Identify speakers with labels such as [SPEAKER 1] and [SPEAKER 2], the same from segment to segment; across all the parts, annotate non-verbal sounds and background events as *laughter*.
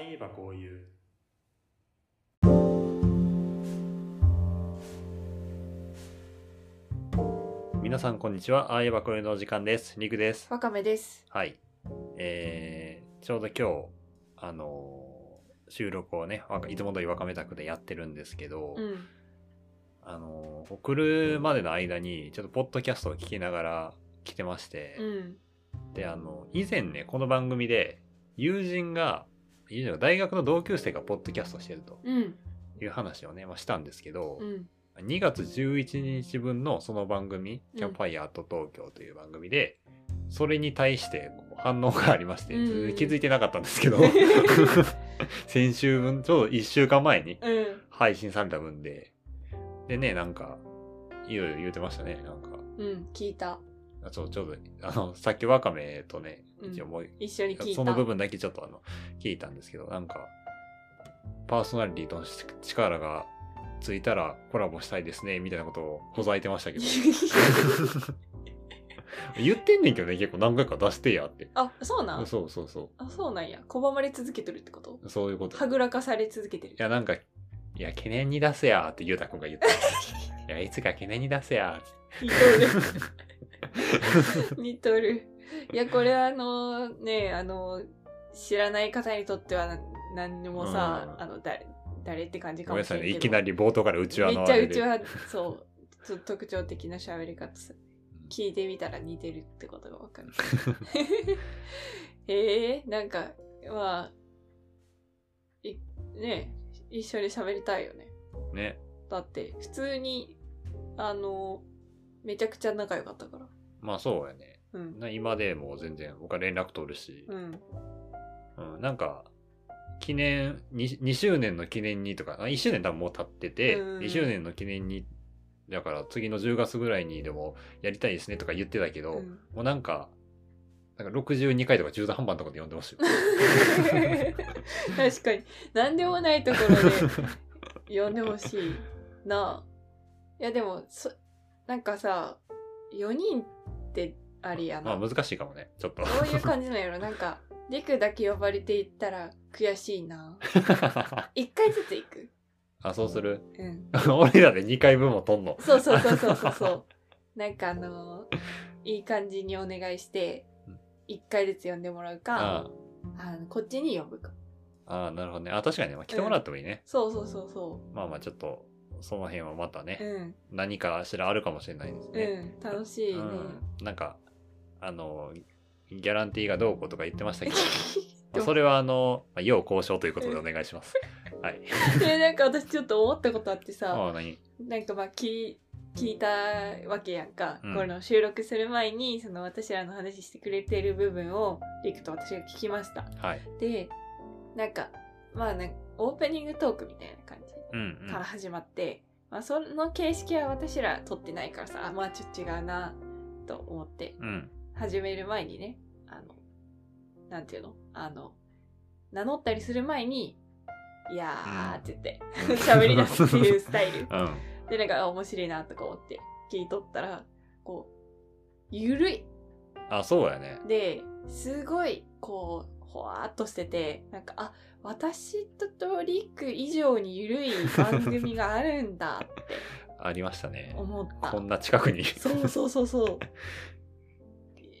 [SPEAKER 1] えばこういう
[SPEAKER 2] 皆さんこんにちは。ああいえばこれのお時間です。りくです。
[SPEAKER 3] わかめです。
[SPEAKER 2] はい。えー、ちょうど今日、あのー収録をね、わかいつも通りわかめ宅でやってるんですけど、
[SPEAKER 3] うん。
[SPEAKER 2] あのー送るまでの間に、ちょっとポッドキャストを聞きながら来てまして、
[SPEAKER 3] うん。
[SPEAKER 2] で、あの、以前ね、この番組で、友人が、友人が大学の同級生がポッドキャストしてると
[SPEAKER 3] うん。
[SPEAKER 2] いう話をね、まあ、したんですけど、
[SPEAKER 3] うん。
[SPEAKER 2] 2月11日分のその番組「
[SPEAKER 3] うん
[SPEAKER 2] キャンパイアート東京」という番組で、それに対してこう反応がありまして、
[SPEAKER 3] うん
[SPEAKER 2] 全然気づいてなかったんです
[SPEAKER 3] *laughs*
[SPEAKER 2] けど先週分ちょうど1週間前に
[SPEAKER 3] うん。
[SPEAKER 2] 配信された分ででねなんかいろいろ言うてましたねなんか
[SPEAKER 3] うん。聞いた。
[SPEAKER 2] あちょちょうどあのさっきワカメとね
[SPEAKER 3] うん
[SPEAKER 2] 一応もう、
[SPEAKER 3] 一緒に聞いた。
[SPEAKER 2] その部分だけちょっとあの聞いたんですけどなんかパーソナリティとの力がついたらコラボしたいですねみたいなことをほざいてましたけど
[SPEAKER 3] *laughs*
[SPEAKER 2] 言ってんねんけどね結構何回か出してやって
[SPEAKER 3] あ、そうなん
[SPEAKER 2] そうそうそ
[SPEAKER 3] あ、そうなんや。拒まれ続けてるってこと
[SPEAKER 2] うそういうこと
[SPEAKER 3] はぐらかされ続けてる
[SPEAKER 2] い。やなんか「いや懸念に出せや」ってゆうたくんが言って「いやいつか懸念に出せや」って
[SPEAKER 3] 似と
[SPEAKER 2] *laughs*
[SPEAKER 3] る。似とる。いや、これはあのね、あの知らない方にとってはな何にもさ、
[SPEAKER 2] うん
[SPEAKER 3] あの、誰、誰って感じか
[SPEAKER 2] ごめんな
[SPEAKER 3] もし
[SPEAKER 2] さ
[SPEAKER 3] れ
[SPEAKER 2] い
[SPEAKER 3] な
[SPEAKER 2] ね
[SPEAKER 3] い
[SPEAKER 2] い
[SPEAKER 3] け
[SPEAKER 2] き
[SPEAKER 3] ど。
[SPEAKER 2] なり冒頭からうちわ
[SPEAKER 3] め
[SPEAKER 2] の
[SPEAKER 3] っちゃう
[SPEAKER 2] で
[SPEAKER 3] ちは、そう。ちょっと特徴的な喋り方する。聞いてみたら似てるってことがわ
[SPEAKER 2] *laughs*
[SPEAKER 3] かる。へえなんか、まあ、いね一緒に喋りたいよね。
[SPEAKER 2] ね
[SPEAKER 3] だって、普通に、あの、めちゃくちゃ仲良かったから。
[SPEAKER 2] まあそうやね
[SPEAKER 3] うん。
[SPEAKER 2] な今でも全然僕は連絡取るし、
[SPEAKER 3] うん。
[SPEAKER 2] うん、なんか記念 2, 2周年の記念にとかあ1周年多分もう経ってて、
[SPEAKER 3] うん
[SPEAKER 2] 2周年の記念にだから次の10月ぐらいにでもやりたいですねとか言ってたけど、
[SPEAKER 3] う
[SPEAKER 2] も
[SPEAKER 3] ん
[SPEAKER 2] うなんかなんか62回とか中途半端なとこで呼んでますよ。
[SPEAKER 3] *laughs* 確かに。なんでもないところで呼んでほしいな。いや、でも、そ、なんかさ、4人って *laughs* ありや
[SPEAKER 2] *laughs* ま
[SPEAKER 3] な。
[SPEAKER 2] あ難しいかもねちょっと。
[SPEAKER 3] どういう感じなんやろなんか、リクだけ呼ばれていったら悔しいな。一回ずつ行く。
[SPEAKER 2] *laughs* あそうする *laughs*
[SPEAKER 3] うん。
[SPEAKER 2] 俺らで2回分も取んの。
[SPEAKER 3] そうそうそうそうそうそう。なんかあのーいい感じにお願いして
[SPEAKER 2] うん、
[SPEAKER 3] 一回ずつ呼んでもらうか、
[SPEAKER 2] あ
[SPEAKER 3] あのこっちに呼ぶか。
[SPEAKER 2] ああなるほどね。あ確かにね、まあ、来てもらってもいいね。
[SPEAKER 3] そうそうそうそ
[SPEAKER 2] まあまあちょっとその辺はまたね、
[SPEAKER 3] う。うん。
[SPEAKER 2] 何かしらあるかもしれないですね。
[SPEAKER 3] うん。楽しいね。 *laughs*
[SPEAKER 2] うん、なんかあのギャランティーがどうこうとか言ってました
[SPEAKER 3] *laughs*
[SPEAKER 2] けど
[SPEAKER 3] で
[SPEAKER 2] まあ
[SPEAKER 3] も
[SPEAKER 2] それはあのまあ要交渉ということでお願いします。はい。
[SPEAKER 3] で、なんか私ちょっと思ったことあって
[SPEAKER 2] *laughs*
[SPEAKER 3] さ、
[SPEAKER 2] ああ何
[SPEAKER 3] なんかまあ聞聞いたわけやんか、
[SPEAKER 2] うん
[SPEAKER 3] この収録する前にその私らの話してくれてる部分をリクと私が聞きました
[SPEAKER 2] はい。
[SPEAKER 3] でなんかまあなんかオープニングトークみたいな感
[SPEAKER 2] うん
[SPEAKER 3] じから始まって、まあ、その形式は私ら取ってないからさあまあちょっと違うなと思って
[SPEAKER 2] うんうん
[SPEAKER 3] 始める前にねあのなんていうのあの名乗ったりする前に「いやー」って言って
[SPEAKER 2] うん
[SPEAKER 3] *laughs* *laughs* 喋り出すっていうスタイル
[SPEAKER 2] *laughs* うん。
[SPEAKER 3] で、なんか、あ面白いなとか思って聞いとったら、こう、ゆるい。
[SPEAKER 2] あそうやね。
[SPEAKER 3] で、すごい、こう、ほわーっとしてて、なんか、あ、私ととリク以上にゆるい番組があるんだって
[SPEAKER 2] ありましたね。
[SPEAKER 3] 思った
[SPEAKER 2] こ。んな近くに。 *laughs*
[SPEAKER 3] そうそうそうそう。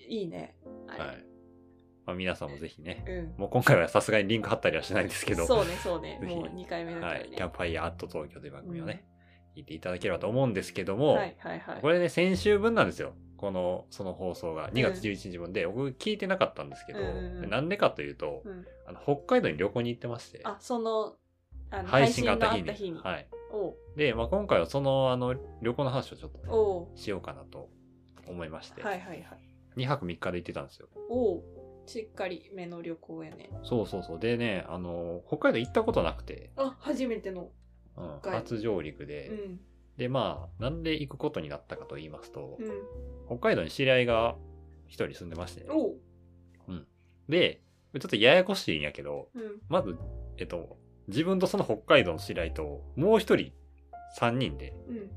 [SPEAKER 3] いいね。あれ
[SPEAKER 2] はい。まあ皆さんもぜひね。
[SPEAKER 3] うん。
[SPEAKER 2] もう今回はさすがにリンク貼ったりはしないんですけど。
[SPEAKER 3] そうね、そうね。
[SPEAKER 2] ぜひ
[SPEAKER 3] もう2回目だか
[SPEAKER 2] は
[SPEAKER 3] ら
[SPEAKER 2] い。キャ
[SPEAKER 3] ね
[SPEAKER 2] ン。パイアット東京という番組をね、聞いていただければと思うんですけども。
[SPEAKER 3] はい、はい、はい。
[SPEAKER 2] これね、先週分なんですよ。この、その放送が。2月11日分で、僕聞いてなかったんですけど
[SPEAKER 3] うんうんう、ん
[SPEAKER 2] な、んでかというと、
[SPEAKER 3] うん
[SPEAKER 2] あの北海道に旅行に行ってまして、
[SPEAKER 3] あ、その、あの
[SPEAKER 2] 配信があった日
[SPEAKER 3] 配
[SPEAKER 2] に。
[SPEAKER 3] 信のあっ
[SPEAKER 2] はい。
[SPEAKER 3] た日におう
[SPEAKER 2] で、まあ、今回はその、あの、旅行の話をちょっとね、
[SPEAKER 3] おう
[SPEAKER 2] しようかなと思いまして、
[SPEAKER 3] はい、はい、はい。
[SPEAKER 2] 2泊3日で行ってたんですよ。
[SPEAKER 3] おうしっかり目の旅行やね
[SPEAKER 2] そうそうそう。でね、あの、北海道行ったことなくて、
[SPEAKER 3] あ初めての
[SPEAKER 2] うん
[SPEAKER 3] 北海道
[SPEAKER 2] 初上陸で、
[SPEAKER 3] うん
[SPEAKER 2] で、まあ、なんで行くことになったかと言いますと、
[SPEAKER 3] うん
[SPEAKER 2] 北海道に知り合いが一人住んでましてね、
[SPEAKER 3] おう
[SPEAKER 2] で、ちょっとややこしいんやけど、
[SPEAKER 3] うん
[SPEAKER 2] まず、えっと、自分とその北海道の知り合いと、もう一人、三人で、
[SPEAKER 3] うん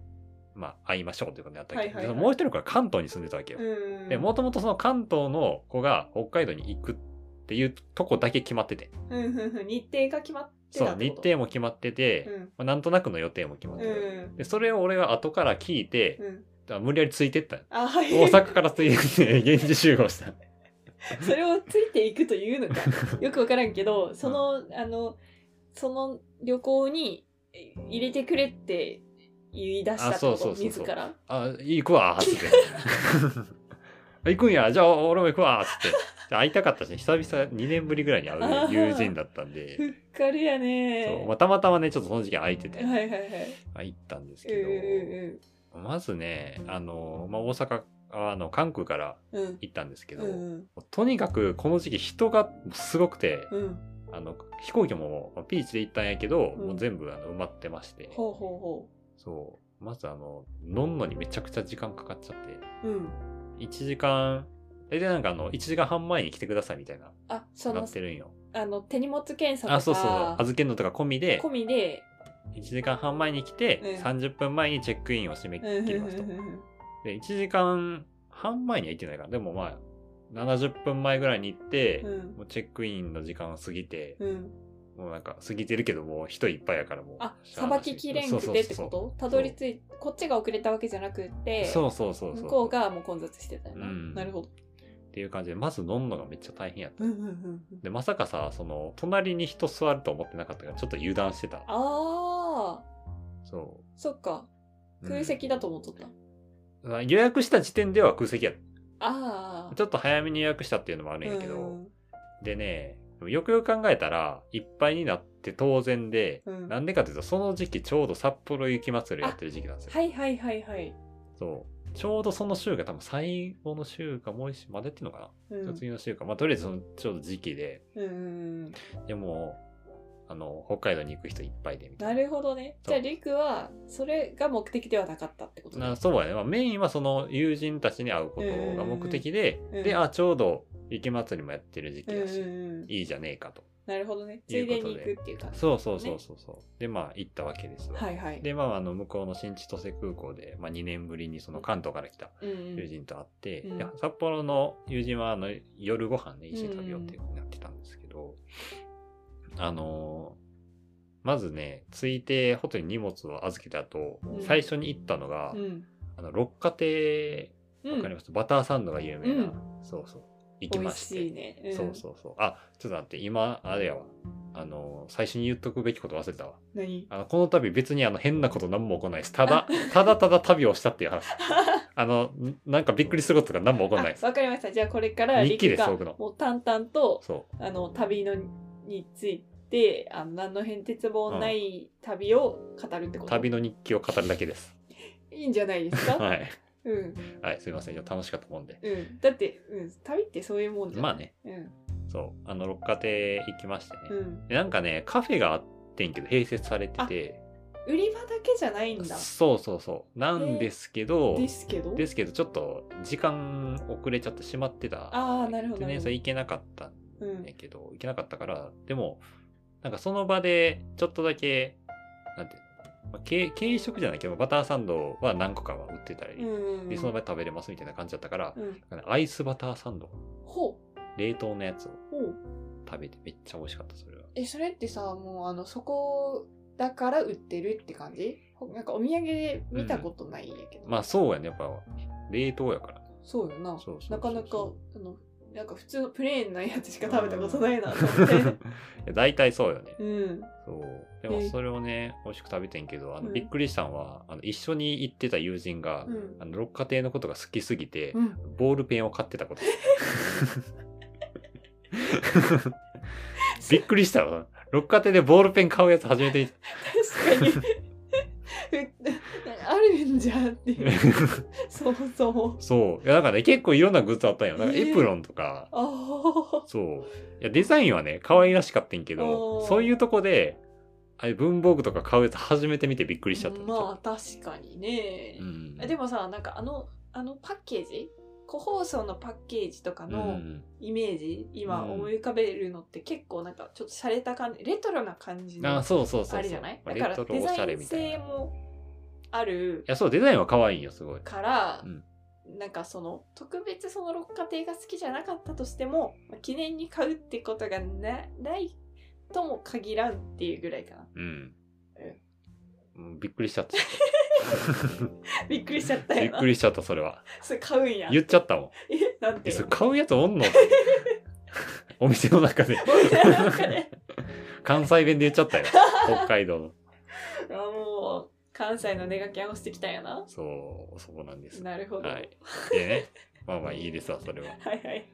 [SPEAKER 2] まあ、会いましょうということになったけど、
[SPEAKER 3] はいはいはい
[SPEAKER 2] そのもう一人の子が関東に住んでたわけよ。
[SPEAKER 3] うん
[SPEAKER 2] で、もともとその関東の子が北海道に行くっていうとこだけ決まってて。
[SPEAKER 3] うんうんうん日程が決まって
[SPEAKER 2] そ
[SPEAKER 3] た
[SPEAKER 2] う、
[SPEAKER 3] って
[SPEAKER 2] 日
[SPEAKER 3] こと
[SPEAKER 2] 程も決まってて、
[SPEAKER 3] うん
[SPEAKER 2] まあなんとなくの予定も決まって
[SPEAKER 3] う
[SPEAKER 2] て、
[SPEAKER 3] ん
[SPEAKER 2] で、それを俺は後から聞いて、
[SPEAKER 3] うん
[SPEAKER 2] 無理やりついてったよ。
[SPEAKER 3] あはい
[SPEAKER 2] 大阪からついて、現地集合した。
[SPEAKER 3] *laughs* それをついていくという
[SPEAKER 2] *laughs*
[SPEAKER 3] のかよく分からんけどそのあのその旅行にえ入れてくれって言い出したって
[SPEAKER 2] あそうそ
[SPEAKER 3] こ
[SPEAKER 2] う
[SPEAKER 3] と
[SPEAKER 2] そうそう
[SPEAKER 3] 自ら
[SPEAKER 2] あ、行くわ、つって。 *laughs* 行くんや、じゃあ俺も行くわ、つって。で会いたかったし、久々2年ぶりぐらいに会
[SPEAKER 3] あ
[SPEAKER 2] う
[SPEAKER 3] ー
[SPEAKER 2] 友人だったんで
[SPEAKER 3] ふ、 *laughs* っかりや
[SPEAKER 2] そう
[SPEAKER 3] ね
[SPEAKER 2] まあ、たまたまね、ちょっとその時期空いてて、
[SPEAKER 3] はいはいはい
[SPEAKER 2] まあ行ったんです
[SPEAKER 3] うん
[SPEAKER 2] けど、
[SPEAKER 3] う
[SPEAKER 2] まずね、あの、まあ、大阪、あの、関空から
[SPEAKER 3] んうんうん
[SPEAKER 2] 行ったんですけど、
[SPEAKER 3] うんうん
[SPEAKER 2] とにかくこの時期人がすごくて、
[SPEAKER 3] うん
[SPEAKER 2] あの、飛行機もまあピーチで行ったんやけど、
[SPEAKER 3] うん
[SPEAKER 2] もう全部あの埋まってまして、
[SPEAKER 3] ほうほ
[SPEAKER 2] そう、まずあの、乗んのにめちゃくちゃ時間かかっちゃって、
[SPEAKER 3] うほううん
[SPEAKER 2] 1時間、え、で、なんかあの、1時間半前に来てくださいみたいな、
[SPEAKER 3] あそ
[SPEAKER 2] な
[SPEAKER 3] の
[SPEAKER 2] ってるんよ。
[SPEAKER 3] あの手荷物検査とか
[SPEAKER 2] あ、そうそうそう。預けるのとか込みで
[SPEAKER 3] 込、みで
[SPEAKER 2] 1時間半前に来て、
[SPEAKER 3] うん
[SPEAKER 2] 30分前にチェックインを締め切りますと
[SPEAKER 3] うん。うんうんうん
[SPEAKER 2] で、1時間半前には行ってないから、でもまあ、70分前ぐらいに行って、
[SPEAKER 3] うん
[SPEAKER 2] もうチェックインの時間過ぎて、
[SPEAKER 3] うん、
[SPEAKER 2] もうなんか過ぎてるけど、もう人いっぱいやからもう。
[SPEAKER 3] あさばききれんくてってことたどり着いこっちが遅れたわけじゃなくて
[SPEAKER 2] そうそうそうそう。
[SPEAKER 3] 向こうがもう混雑してたよな、
[SPEAKER 2] うん
[SPEAKER 3] なるほど、
[SPEAKER 2] っていう感じで、まず飲むのがめっちゃ大変やった。
[SPEAKER 3] うんうんうんうん、
[SPEAKER 2] で、まさかさ、その、隣に人座ると思ってなかったから、ちょっと油断してた。
[SPEAKER 3] あー
[SPEAKER 2] そ
[SPEAKER 3] そっか
[SPEAKER 2] う。
[SPEAKER 3] 空席だと思っとった、
[SPEAKER 2] うん、あ予約した時点では空席や。
[SPEAKER 3] ああ
[SPEAKER 2] ちょっと早めに予約したっていうのもあるんやけど、でね、よくよく考えたら、いっぱいになって当然で、
[SPEAKER 3] うんうん
[SPEAKER 2] な
[SPEAKER 3] は
[SPEAKER 2] んでかっていうと、その時期ちょうど札幌雪まつりやってる時期なんですよ。
[SPEAKER 3] いはいはいはい、
[SPEAKER 2] そう。ちょうどその週が多分最後の週かもう一週までっていうのか
[SPEAKER 3] うん、
[SPEAKER 2] な、
[SPEAKER 3] うん
[SPEAKER 2] 次の週か。まあとりあえずそのちょうど時期で、
[SPEAKER 3] うんうん
[SPEAKER 2] でもう、あの、北海道に行く人いっぱいでみた
[SPEAKER 3] ないるほどね
[SPEAKER 2] そう
[SPEAKER 3] じゃありくはそれが目的ではなかったってこと
[SPEAKER 2] な。
[SPEAKER 3] ね
[SPEAKER 2] なそうやね。まあメインはその友人たちに会うことが目的で、
[SPEAKER 3] うんうん
[SPEAKER 2] で、あ、ちょうど雪まつりもやってる時
[SPEAKER 3] う
[SPEAKER 2] 期
[SPEAKER 3] んう
[SPEAKER 2] だ
[SPEAKER 3] ん
[SPEAKER 2] し、
[SPEAKER 3] うん
[SPEAKER 2] いいじゃねえかと。
[SPEAKER 3] なるほどねつ
[SPEAKER 2] いう
[SPEAKER 3] い
[SPEAKER 2] ことで
[SPEAKER 3] でに行くっていうか
[SPEAKER 2] そうそうそうそうそう、で、まあ行ったわけですわ。
[SPEAKER 3] はいはい
[SPEAKER 2] で、まあ、あの、向こうの新千歳空港で、まあ、2年ぶりにその関東から来た
[SPEAKER 3] うんうん
[SPEAKER 2] 友人と会って、
[SPEAKER 3] うん
[SPEAKER 2] で
[SPEAKER 3] うん
[SPEAKER 2] 札幌の友人は、あの、夜ご飯ね、一緒に食べようっていうことになってたんですけど、あのーまずね、着いてホテルに荷物を預けた後、
[SPEAKER 3] うん
[SPEAKER 2] 最初に行ったのが、
[SPEAKER 3] うん
[SPEAKER 2] あの、六花亭、
[SPEAKER 3] う
[SPEAKER 2] わかり
[SPEAKER 3] ん
[SPEAKER 2] ます、バターサンドが有名な、
[SPEAKER 3] うん
[SPEAKER 2] そうそう、行き
[SPEAKER 3] 美
[SPEAKER 2] ま
[SPEAKER 3] 味
[SPEAKER 2] して。
[SPEAKER 3] しいね、ん
[SPEAKER 2] そうそうそう。あ、ちょっと待って、今、あれやわ。あのー最初に言っとくべきこと忘れたわ。
[SPEAKER 3] 何
[SPEAKER 2] あの、この度別にあの変なこと何も起こらないです。た
[SPEAKER 3] *laughs*
[SPEAKER 2] だ、ただただ旅をしたっていう話。あの、んなんかびっくりすることが何も起こらないです
[SPEAKER 3] あ。わかりましたじゃあこれから
[SPEAKER 2] 日記
[SPEAKER 3] リ
[SPEAKER 2] で
[SPEAKER 3] クが
[SPEAKER 2] そういうの
[SPEAKER 3] もう淡々と
[SPEAKER 2] そ
[SPEAKER 3] あの旅のについてあの何の変哲もない旅を語るってこ
[SPEAKER 2] う。
[SPEAKER 3] と、
[SPEAKER 2] 旅の日記を語るだけです。
[SPEAKER 3] いいんじゃないです
[SPEAKER 2] *laughs*
[SPEAKER 3] か、
[SPEAKER 2] はい。
[SPEAKER 3] うん
[SPEAKER 2] はい、すいません。楽しかったもんで。
[SPEAKER 3] うんだって、うん、旅ってそういうもんじゃん
[SPEAKER 2] まあね、
[SPEAKER 3] うん
[SPEAKER 2] そう。あの、六花亭行きましてね。
[SPEAKER 3] うん、
[SPEAKER 2] でなんかね、カフェがあってんけど、併設されてて。
[SPEAKER 3] 売り場だけじゃないんだ
[SPEAKER 2] そうそうそう。なんですけど、
[SPEAKER 3] ですけど
[SPEAKER 2] ですけど、ちょっと時間遅れちゃってしまってた。
[SPEAKER 3] あーなるほど
[SPEAKER 2] でね、
[SPEAKER 3] なるほど
[SPEAKER 2] それ行けなかったん
[SPEAKER 3] うん
[SPEAKER 2] やけど、行けなかったから、でも、なんかその場で、ちょっとだけ、なんていうの、まあ軽軽食じゃないけど、バターサンドは何個かは売ってた
[SPEAKER 3] う
[SPEAKER 2] り、
[SPEAKER 3] ん
[SPEAKER 2] で、その場で食べれますみたいな感じだったから、
[SPEAKER 3] うん
[SPEAKER 2] なんかアイスバターサンド、
[SPEAKER 3] ほう
[SPEAKER 2] 冷凍のやつを
[SPEAKER 3] ほう
[SPEAKER 2] 食べて、めっちゃ美味しかった、それは。
[SPEAKER 3] えそれってさもうあのそこだから売ってるって感じほなんかお土産で見たことないんやけど、
[SPEAKER 2] まあそうやね、やっぱ、冷凍やから。
[SPEAKER 3] そうよな
[SPEAKER 2] そうそうそうそう
[SPEAKER 3] なかなかあのなんか普通のプレーンなやつしか食べたことないなと思って、
[SPEAKER 2] *laughs* いや大体そうよね。
[SPEAKER 3] *laughs* うん、
[SPEAKER 2] そう。でも
[SPEAKER 3] え
[SPEAKER 2] それをね、美味しく食べてんけど、あの、
[SPEAKER 3] うん
[SPEAKER 2] びっくりしたのは、あの、一緒に行ってた友人が、
[SPEAKER 3] うん
[SPEAKER 2] あの、六花亭のことが好きすぎて、
[SPEAKER 3] うん、
[SPEAKER 2] ボールペンを買ってた
[SPEAKER 3] *laughs*
[SPEAKER 2] こと。びっくりしたわ。六花亭でボールペン買うやつ初めて見
[SPEAKER 3] 確かに *laughs* えあるんじゃんっていうそうそう
[SPEAKER 2] そう。いや、なんかね、結構いろんなグッズあったんよ。なんか
[SPEAKER 3] えー
[SPEAKER 2] エプロンとか、
[SPEAKER 3] ああ
[SPEAKER 2] そう。いや、デザインはね、可愛らしかったんけ
[SPEAKER 3] お
[SPEAKER 2] ど、
[SPEAKER 3] ー
[SPEAKER 2] そういうとこで、あれ文房具とか買うやつ初めて見てびっくりしちゃったね、ちょっと
[SPEAKER 3] まあ確かにね、
[SPEAKER 2] うん
[SPEAKER 3] えでもさなんかあのあのパッケージ個包装のパッケージとか
[SPEAKER 2] うんう
[SPEAKER 3] の
[SPEAKER 2] ん
[SPEAKER 3] イメージ、今
[SPEAKER 2] うん
[SPEAKER 3] 思い浮かべるのって結構なんかちょっと洒落た感じレトロな感じの
[SPEAKER 2] あそうそうそうそう
[SPEAKER 3] あれじゃない
[SPEAKER 2] まあ
[SPEAKER 3] だから
[SPEAKER 2] レトロ
[SPEAKER 3] デ
[SPEAKER 2] おしゃ
[SPEAKER 3] ザ
[SPEAKER 2] れ
[SPEAKER 3] イン
[SPEAKER 2] みたいない
[SPEAKER 3] 性もある
[SPEAKER 2] やそうデザインは可愛いんよすごい
[SPEAKER 3] から、
[SPEAKER 2] うん
[SPEAKER 3] なんかその特別その六花亭が好きじゃなかったとしても、まあ記念に買うってことがなないとも限らんっていうぐらいかな *laughs*
[SPEAKER 2] うん
[SPEAKER 3] え。
[SPEAKER 2] うんびっくりしちゃ
[SPEAKER 3] *laughs*
[SPEAKER 2] った。
[SPEAKER 3] びっくりしちゃった
[SPEAKER 2] び
[SPEAKER 3] よ
[SPEAKER 2] っ
[SPEAKER 3] な
[SPEAKER 2] くりしちゃった、それは。
[SPEAKER 3] それ買うんや
[SPEAKER 2] 言っちゃったもん。
[SPEAKER 3] え *laughs* なん
[SPEAKER 2] え、
[SPEAKER 3] て
[SPEAKER 2] それ買うやつお
[SPEAKER 3] *laughs*
[SPEAKER 2] んのお店の中で。
[SPEAKER 3] なんかね
[SPEAKER 2] *laughs* 関西弁で言っちゃったよ。北海道の。
[SPEAKER 3] *laughs* あもう関西のネガキャンをしてきたんやな
[SPEAKER 2] そう、そうなんです。
[SPEAKER 3] なるほど、
[SPEAKER 2] はい。でね、まあまあいいですわ、それは。
[SPEAKER 3] はいはい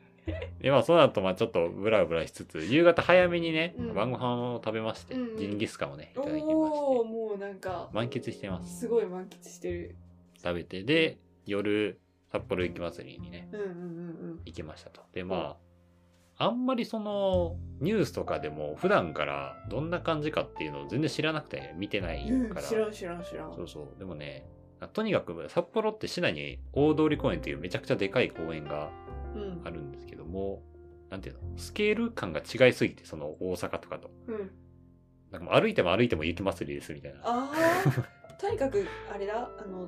[SPEAKER 2] で、まあその後、まあちょっとブラブラしつつ、夕方早めにね、
[SPEAKER 3] うん
[SPEAKER 2] 晩ご飯を食べまして、
[SPEAKER 3] うんうん
[SPEAKER 2] ジンギスカンをね、いただきまして、
[SPEAKER 3] おおもうなんか
[SPEAKER 2] 満喫してます。
[SPEAKER 3] すごい満喫してる
[SPEAKER 2] 食べて、で、夜、札幌雪まつりにね、
[SPEAKER 3] うんうんうん
[SPEAKER 2] 行きましたと。で、まあ、あんまりその、ニュースとかでも、普段からどんな感じかっていうのを全然知らなくて、見てない
[SPEAKER 3] うんうん
[SPEAKER 2] から。
[SPEAKER 3] 知らん知らん知ら
[SPEAKER 2] そ
[SPEAKER 3] ん
[SPEAKER 2] うそう。でもね、とにかく札幌って市内に大通公園っていうめちゃくちゃでかい公園が
[SPEAKER 3] うん
[SPEAKER 2] あるんですけども、なんていうの、スケール感が違いすぎて、その大阪とかと。
[SPEAKER 3] うん
[SPEAKER 2] なんかもう歩いても歩いても雪祭りですみたいな。
[SPEAKER 3] あ
[SPEAKER 2] *laughs*
[SPEAKER 3] あとにかくあれだあの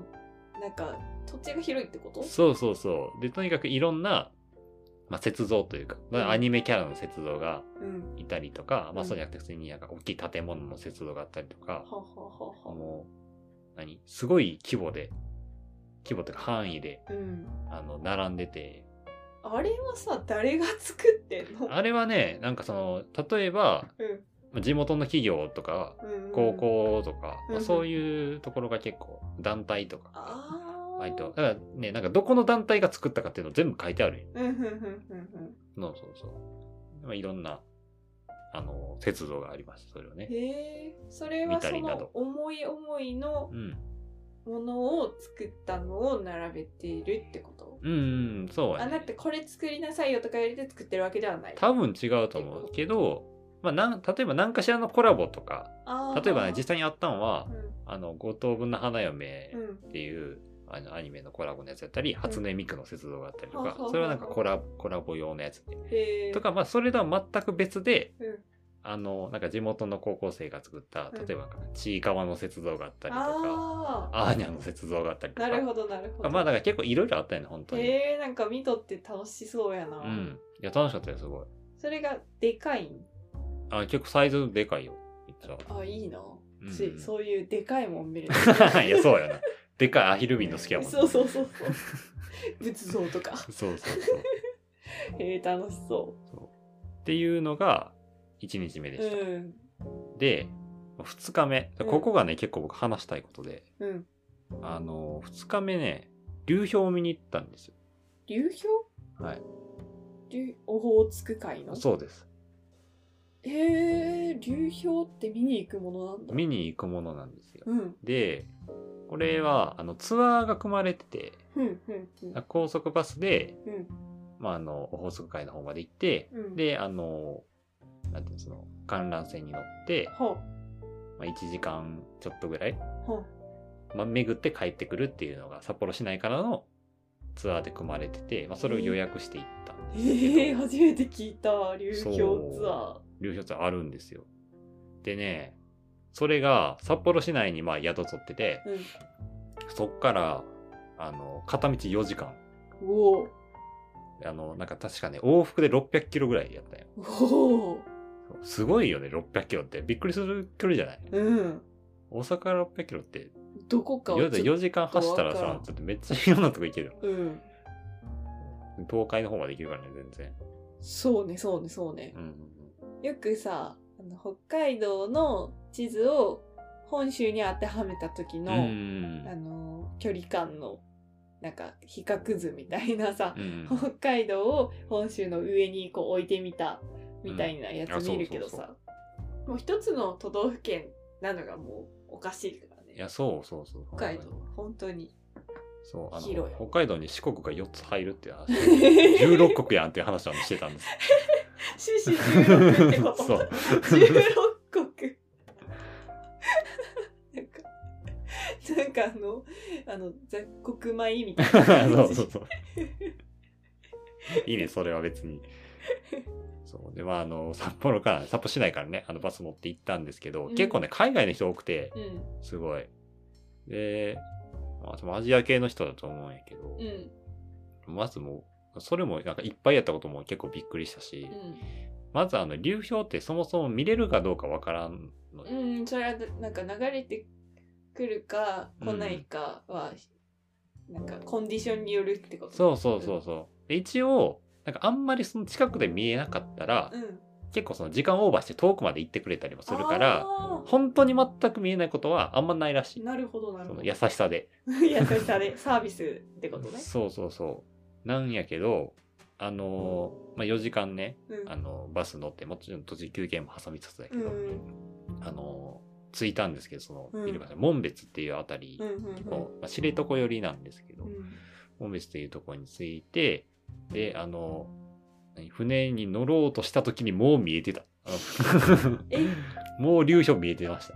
[SPEAKER 3] なんか土地が広いってこと
[SPEAKER 2] そうそうそう。で、とにかくいろんな、まあ、雪像というか、ま
[SPEAKER 3] うん
[SPEAKER 2] あアニメキャラの雪像が
[SPEAKER 3] うん
[SPEAKER 2] いたりとか、ま
[SPEAKER 3] う
[SPEAKER 2] あ
[SPEAKER 3] ん
[SPEAKER 2] そうじゃなくて普通になんか大きい建物の雪像があったりとか
[SPEAKER 3] は、はは
[SPEAKER 2] あ
[SPEAKER 3] は
[SPEAKER 2] の、何すごい規模で、規模というか範囲で、
[SPEAKER 3] うん
[SPEAKER 2] あの、並んでて、
[SPEAKER 3] あれはさ誰が作ってんの
[SPEAKER 2] あれはね、なんかその、例えば、
[SPEAKER 3] うん
[SPEAKER 2] まあ地元の企業とか、
[SPEAKER 3] うん
[SPEAKER 2] 高校とか、
[SPEAKER 3] うん
[SPEAKER 2] まあそういうところが結構、団体とか、
[SPEAKER 3] ああ
[SPEAKER 2] 割と、だからね、なんかどこの団体が作ったかっていうの全部書いてあるよ
[SPEAKER 3] うんうんうんうん
[SPEAKER 2] そうそうそう。まあいろんな、あの、鉄道があります、それを
[SPEAKER 3] うん
[SPEAKER 2] ね。
[SPEAKER 3] へえそれは
[SPEAKER 2] 見た
[SPEAKER 3] そ
[SPEAKER 2] りなど
[SPEAKER 3] の思い思いの
[SPEAKER 2] うん。
[SPEAKER 3] ものを作ったのを並べているってこと
[SPEAKER 2] うん、うん、そう
[SPEAKER 3] あ
[SPEAKER 2] や
[SPEAKER 3] なっ
[SPEAKER 2] ね。
[SPEAKER 3] てこれ作りなさいよとか言われて作ってるわけではない
[SPEAKER 2] 多分違うと思うけど、まあ、なん例えば何かしらのコラボとか、
[SPEAKER 3] あー
[SPEAKER 2] 例えばね、実際にあったのは
[SPEAKER 3] う、ん
[SPEAKER 2] あの、五等分の花嫁
[SPEAKER 3] うん
[SPEAKER 2] っていう、あのアニメのコラボのやつやったり、初音ミクの雪像があったりと
[SPEAKER 3] は
[SPEAKER 2] か
[SPEAKER 3] あはあ、
[SPEAKER 2] それはなんかコラコラボ用のやつで。
[SPEAKER 3] へえ
[SPEAKER 2] とか、まあ、それとは全く別で、
[SPEAKER 3] うん
[SPEAKER 2] あの、なんか地元の高校生が作った、
[SPEAKER 3] うん
[SPEAKER 2] 例えば、ちいかわの雪像があったりとか、
[SPEAKER 3] ああ
[SPEAKER 2] アーニャの雪像があったりとか、
[SPEAKER 3] なるほどなるほど
[SPEAKER 2] まあだから結構いろいろあったよね、本当に。
[SPEAKER 3] へえなんか見とって楽しそうやな、
[SPEAKER 2] うん。いや、楽しかったよ、すごい。
[SPEAKER 3] それがでかいん
[SPEAKER 2] あ、結構サイズでかいよ。めっちゃ。
[SPEAKER 3] あいいな、
[SPEAKER 2] うん
[SPEAKER 3] しそういうでかいもん見る
[SPEAKER 2] *laughs* いや、そうやな。でかいアヒ *laughs* ル瓶の好きやもん、
[SPEAKER 3] *laughs* そうそうそうそう仏像と
[SPEAKER 2] *laughs*
[SPEAKER 3] か
[SPEAKER 2] そうそうそう。っ
[SPEAKER 3] へえ楽しそ
[SPEAKER 2] ていうのが、1日目
[SPEAKER 3] う
[SPEAKER 2] でした。
[SPEAKER 3] うん
[SPEAKER 2] で、2日目。
[SPEAKER 3] うん
[SPEAKER 2] ここがね、結構僕話したいことで、
[SPEAKER 3] うん
[SPEAKER 2] あの、2日目ね、流氷を見に行ったんですよ。
[SPEAKER 3] 流氷
[SPEAKER 2] はい
[SPEAKER 3] 流オホーツク海の
[SPEAKER 2] そうです。
[SPEAKER 3] へえ流氷って見に行くものなんだ
[SPEAKER 2] 見に行くものなんですよ。
[SPEAKER 3] うん
[SPEAKER 2] で、これは、あの、ツアーが組まれてて、
[SPEAKER 3] うんうんうん
[SPEAKER 2] 高速バスで、
[SPEAKER 3] うん
[SPEAKER 2] まあ、あの、オホーツク海の方まで行って、
[SPEAKER 3] うん
[SPEAKER 2] で、あの、なんていうの、その、観覧船に乗って、
[SPEAKER 3] は
[SPEAKER 2] まあ、1時間ちょっとぐらい、
[SPEAKER 3] は
[SPEAKER 2] まあ、巡って帰ってくるっていうのが、札幌市内からのツアーで組まれてて、まあ、それを予約していったんです
[SPEAKER 3] え
[SPEAKER 2] け
[SPEAKER 3] え
[SPEAKER 2] ど、
[SPEAKER 3] 初めて聞いた流氷ツア
[SPEAKER 2] 流氷ツアーあるんですよ。でね、それが、札幌市内にまあ宿取ってて、
[SPEAKER 3] ー
[SPEAKER 2] そっから、あの、片道4時間。
[SPEAKER 3] うんおー
[SPEAKER 2] あの、なんか確かね、往復で600キロぐらいやったよ。
[SPEAKER 3] おお
[SPEAKER 2] そうすごいよね、600キロって。びっくりする距離じゃない
[SPEAKER 3] うん
[SPEAKER 2] 大阪から600キロって、
[SPEAKER 3] どこかを
[SPEAKER 2] 夜で
[SPEAKER 3] ちょっ
[SPEAKER 2] 4時間走ったら
[SPEAKER 3] わから
[SPEAKER 2] さ
[SPEAKER 3] ん、
[SPEAKER 2] ちょっとめっちゃいろんなとこ行けるよ。
[SPEAKER 3] とうん
[SPEAKER 2] 東海の方まで行けるからね、全然。
[SPEAKER 3] そうねそうねそうね
[SPEAKER 2] うんうん
[SPEAKER 3] よくさあの北海道の地図を本州に当てはめた時
[SPEAKER 2] うん。う
[SPEAKER 3] の、あ
[SPEAKER 2] ん
[SPEAKER 3] の距離感のなんか比較図みたいなさ
[SPEAKER 2] う、ん。
[SPEAKER 3] 北海道を本州の上にこう置いてみたみたいなや
[SPEAKER 2] うんあ
[SPEAKER 3] つ見るけど
[SPEAKER 2] そうそ
[SPEAKER 3] さ、もう一つの都道府県なのがもうおかしいから
[SPEAKER 2] い
[SPEAKER 3] ね
[SPEAKER 2] や、そうそうそう。
[SPEAKER 3] 北海道本当に
[SPEAKER 2] そう、あの
[SPEAKER 3] 広い、
[SPEAKER 2] 北海道に四国が4つ入るっていう話。16国
[SPEAKER 3] *laughs*
[SPEAKER 2] やんっていう話はしてたんです
[SPEAKER 3] 獅子16ってこと
[SPEAKER 2] *laughs* そ
[SPEAKER 3] *laughs*
[SPEAKER 2] う。
[SPEAKER 3] 16国 *laughs* なんかなんかあのあの雑穀米みたいな感
[SPEAKER 2] *laughs*
[SPEAKER 3] じ
[SPEAKER 2] そうそう
[SPEAKER 3] *laughs*
[SPEAKER 2] そう。いいね、それは別に。そう。で、まあ、あの、札幌から、札幌市内からね、あの、バス乗って行ったんですけど、
[SPEAKER 3] うん
[SPEAKER 2] 結構ね、海外の人多くて、
[SPEAKER 3] うん
[SPEAKER 2] すごい。で、まあ、そのアジア系の人だと思うんやけど、
[SPEAKER 3] うん
[SPEAKER 2] まずもう、それもなんかいっぱいやったことも結構びっくりしたし、まずあの流氷ってそもそも見れるかどうかわからんの
[SPEAKER 3] う
[SPEAKER 2] よ。
[SPEAKER 3] ん、うん、それはなんか流れてくるか来ないかは、なんかコンディションによるってこと
[SPEAKER 2] そうそうそうそう。で一応、なんかあんまりその近くで見えなかったら、
[SPEAKER 3] うん、
[SPEAKER 2] 結構その時間オーバーして遠くまで行ってくれたりもするから、
[SPEAKER 3] あ
[SPEAKER 2] 本当に全く見えないことはあんまないらし
[SPEAKER 3] ー
[SPEAKER 2] い。
[SPEAKER 3] なるほどなる
[SPEAKER 2] そ
[SPEAKER 3] ほ
[SPEAKER 2] の
[SPEAKER 3] ど *laughs*
[SPEAKER 2] 優しさで。
[SPEAKER 3] 優しさでサービスってことね
[SPEAKER 2] そうそうそう。なんやけど、あのーまあ、4時間ね、
[SPEAKER 3] うん
[SPEAKER 2] あのバス乗って、もちろん途中休憩も挟みつつだけ
[SPEAKER 3] うん
[SPEAKER 2] ど、あのー着いたんですけど、その
[SPEAKER 3] うん
[SPEAKER 2] 見る場所、門別っていうあたり
[SPEAKER 3] うんうん
[SPEAKER 2] の、まあ、知床寄りなんですけど、
[SPEAKER 3] うんうん
[SPEAKER 2] 門別というところに着いて、で、あのー何船に乗ろうとした時にもう見えてた。あの
[SPEAKER 3] え
[SPEAKER 2] *laughs* もう流氷見えてました。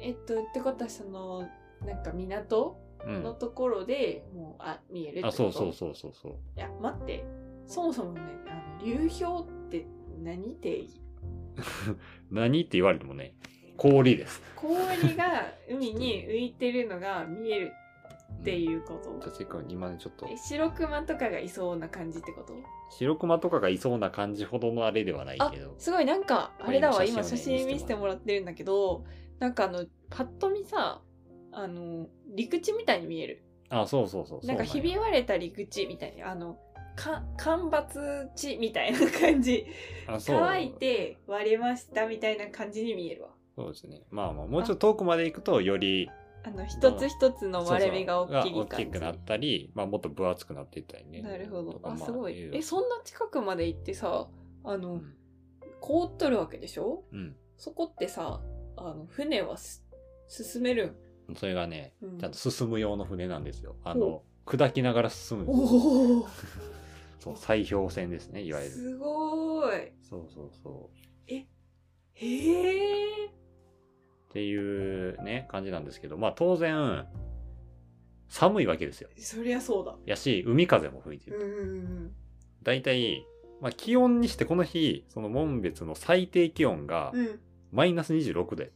[SPEAKER 3] えっとってことはそのなんか港
[SPEAKER 2] う
[SPEAKER 3] の
[SPEAKER 2] ん。
[SPEAKER 3] ところでもうあ見えるってこと
[SPEAKER 2] あ、そうそうそうそうそう。
[SPEAKER 3] いや待ってそもそもねあの流氷って
[SPEAKER 2] *laughs*
[SPEAKER 3] 何定義
[SPEAKER 2] 何って言われてもね、氷です。
[SPEAKER 3] 氷が海に浮いてるのが見えるっていうこと、
[SPEAKER 2] 確かに今ね、ちょっと
[SPEAKER 3] え、白熊とかがいそうな感じってこと
[SPEAKER 2] 白熊とかがいそうな感じほどのあれではない
[SPEAKER 3] あ
[SPEAKER 2] けど。
[SPEAKER 3] すごいなんかあれだわ今
[SPEAKER 2] 今写
[SPEAKER 3] 写真
[SPEAKER 2] 真をね
[SPEAKER 3] 見せてもらってるんだけどなんかあのパッと見さあの陸地みたいに見える
[SPEAKER 2] あ、そうそうそう。
[SPEAKER 3] なんか
[SPEAKER 2] そう
[SPEAKER 3] ひび
[SPEAKER 2] や
[SPEAKER 3] 割れた陸地みたいなあのか干ばつ地みたいな感じ
[SPEAKER 2] あそう
[SPEAKER 3] 乾いて割れましたみたいな感じに見えるわ
[SPEAKER 2] そうですね。まあまあ、もうちょっと遠くまで行くと、より、
[SPEAKER 3] あの一つ一つの割れ目が
[SPEAKER 2] そうそう
[SPEAKER 3] 大きい
[SPEAKER 2] が大
[SPEAKER 3] 感
[SPEAKER 2] きく
[SPEAKER 3] じ
[SPEAKER 2] なったり、まあ、もっと分厚くなっていったりね。
[SPEAKER 3] なるほど
[SPEAKER 2] とか
[SPEAKER 3] あ
[SPEAKER 2] ます
[SPEAKER 3] ご
[SPEAKER 2] う
[SPEAKER 3] いえそんな近くまで行ってさあ
[SPEAKER 2] う
[SPEAKER 3] の
[SPEAKER 2] ん
[SPEAKER 3] 凍っとるわけでしょ
[SPEAKER 2] うん。
[SPEAKER 3] そこってさあの船はす進める
[SPEAKER 2] それがね、
[SPEAKER 3] ん、うん
[SPEAKER 2] ちゃんと進む用の船なんですよ。あ
[SPEAKER 3] お
[SPEAKER 2] の、砕きながら進むんですよ。
[SPEAKER 3] おお
[SPEAKER 2] *laughs* そう、砕氷船ですね、いわゆる。
[SPEAKER 3] すごーい
[SPEAKER 2] そうそうそう。
[SPEAKER 3] へえ
[SPEAKER 2] っていうね、感じなんですけど、まあ当然、寒いわけですよ。
[SPEAKER 3] そりゃそうだ
[SPEAKER 2] やし、海風も吹いて
[SPEAKER 3] うん
[SPEAKER 2] る。
[SPEAKER 3] うん
[SPEAKER 2] 大体、まあ気温にしてこの日、その門別の最低気温が
[SPEAKER 3] うんうん
[SPEAKER 2] マイナス26度やっ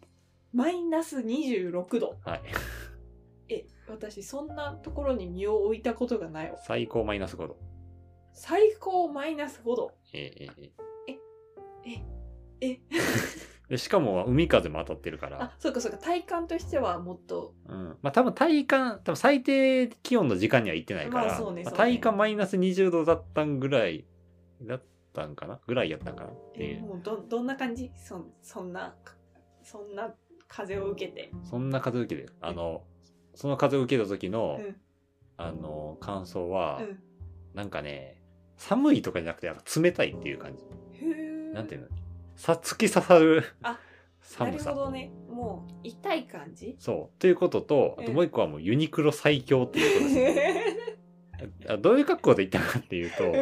[SPEAKER 3] マイナス26度
[SPEAKER 2] た。はい。
[SPEAKER 3] え私そんなところに身を置いたことがないわ
[SPEAKER 2] 最高マイナス5度。
[SPEAKER 3] 最高マイナス5度
[SPEAKER 2] ええええ
[SPEAKER 3] え
[SPEAKER 2] *laughs* でしかも海風も当たってるから
[SPEAKER 3] あ、そうかそうか体感としてはもっと
[SPEAKER 2] うん、まあ多分体感、多分最低気温の時間には行ってないから、
[SPEAKER 3] まあそうね
[SPEAKER 2] まあ
[SPEAKER 3] そうね
[SPEAKER 2] 体感マイナス20度だったんぐらい、だったんかなぐらいやったんかなってい
[SPEAKER 3] え
[SPEAKER 2] う、
[SPEAKER 3] もうどどんな感じそんそんなそんな風を受けて
[SPEAKER 2] そんな風受けで、あの、その風を受けた時の、
[SPEAKER 3] うん
[SPEAKER 2] あの感想は、
[SPEAKER 3] うん
[SPEAKER 2] なんかね寒いとかじゃなくてなんか冷たいっていう感じ、
[SPEAKER 3] へえ
[SPEAKER 2] なんていうのさ突き刺さる
[SPEAKER 3] あ
[SPEAKER 2] 寒
[SPEAKER 3] なるほど
[SPEAKER 2] さ
[SPEAKER 3] ねもう痛い感じ
[SPEAKER 2] そうということとあ
[SPEAKER 3] う
[SPEAKER 2] と
[SPEAKER 3] ん
[SPEAKER 2] もう一個はもうユニクロ最強っていうことです
[SPEAKER 3] *laughs*
[SPEAKER 2] ねあどういう格好で行ったかっていうと、
[SPEAKER 3] うん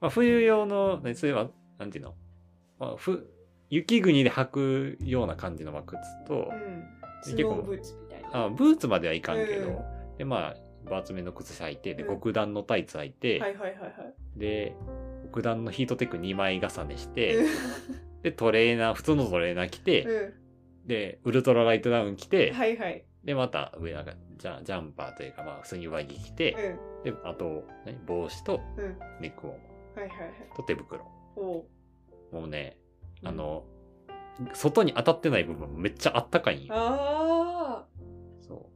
[SPEAKER 2] まあ、冬用のねそれはなんていうの、まあ、ふ雪国で履くような感じのまあ靴と、
[SPEAKER 3] スノーブーツみたいな
[SPEAKER 2] あブーツまではいかんけど、
[SPEAKER 3] うん
[SPEAKER 2] でまあ分厚めの靴履いてで
[SPEAKER 3] うん
[SPEAKER 2] 極暖のタイツ履いて、
[SPEAKER 3] はいはいはいはい
[SPEAKER 2] で極暖のヒートテック2枚重ねして、
[SPEAKER 3] うん
[SPEAKER 2] で、トレーナー、普通のトレーナー着て、
[SPEAKER 3] う
[SPEAKER 2] で、ウルトラライトダウン着て、
[SPEAKER 3] んはいはい
[SPEAKER 2] で、また上なんかジャ、ジャンパーというか、まあ、普通に上着着
[SPEAKER 3] う
[SPEAKER 2] て、
[SPEAKER 3] ん
[SPEAKER 2] で、あと、何帽子と
[SPEAKER 3] うん
[SPEAKER 2] ネックウォーマ
[SPEAKER 3] はいはいはい
[SPEAKER 2] ーと手袋。
[SPEAKER 3] おう
[SPEAKER 2] もうね、あの、外に当たってない部分めっちゃあったかいんよ。
[SPEAKER 3] あ
[SPEAKER 2] そ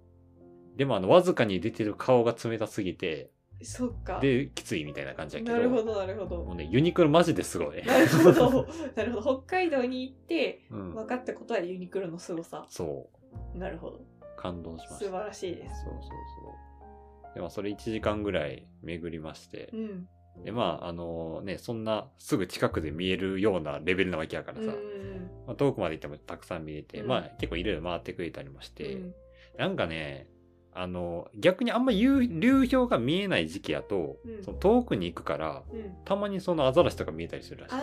[SPEAKER 2] う。でも、あの、わずかに出てる顔が冷たすぎて、
[SPEAKER 3] ーそっか
[SPEAKER 2] で、きついみたいな感じだけど、
[SPEAKER 3] なるほどなるほど
[SPEAKER 2] もうね、ユニクロマジですごい
[SPEAKER 3] *laughs*
[SPEAKER 2] ね。
[SPEAKER 3] なるほどなるほど北海道に行って
[SPEAKER 2] うん。
[SPEAKER 3] 分かったことはユニクロの凄さ
[SPEAKER 2] そ
[SPEAKER 3] なるほど
[SPEAKER 2] う。感動しまし
[SPEAKER 3] 素
[SPEAKER 2] た。
[SPEAKER 3] 晴らしいです
[SPEAKER 2] そうそうそう。でもそれ1時間ぐらい巡りまして
[SPEAKER 3] う、ん
[SPEAKER 2] でまああのねそんなすぐ近くで見えるようなレベルなわけやから
[SPEAKER 3] うん
[SPEAKER 2] さ、
[SPEAKER 3] うん
[SPEAKER 2] まあ、遠くまで行ってもたくさん見れて、
[SPEAKER 3] うん
[SPEAKER 2] まあ結構いろいろ回ってくれたりもして、
[SPEAKER 3] うん
[SPEAKER 2] なんかねあの逆にあんま流流氷が見えない時期やと、
[SPEAKER 3] うん
[SPEAKER 2] その遠くに行くから
[SPEAKER 3] うん
[SPEAKER 2] たまにそのアザラシとか見えたりするらしい
[SPEAKER 3] あ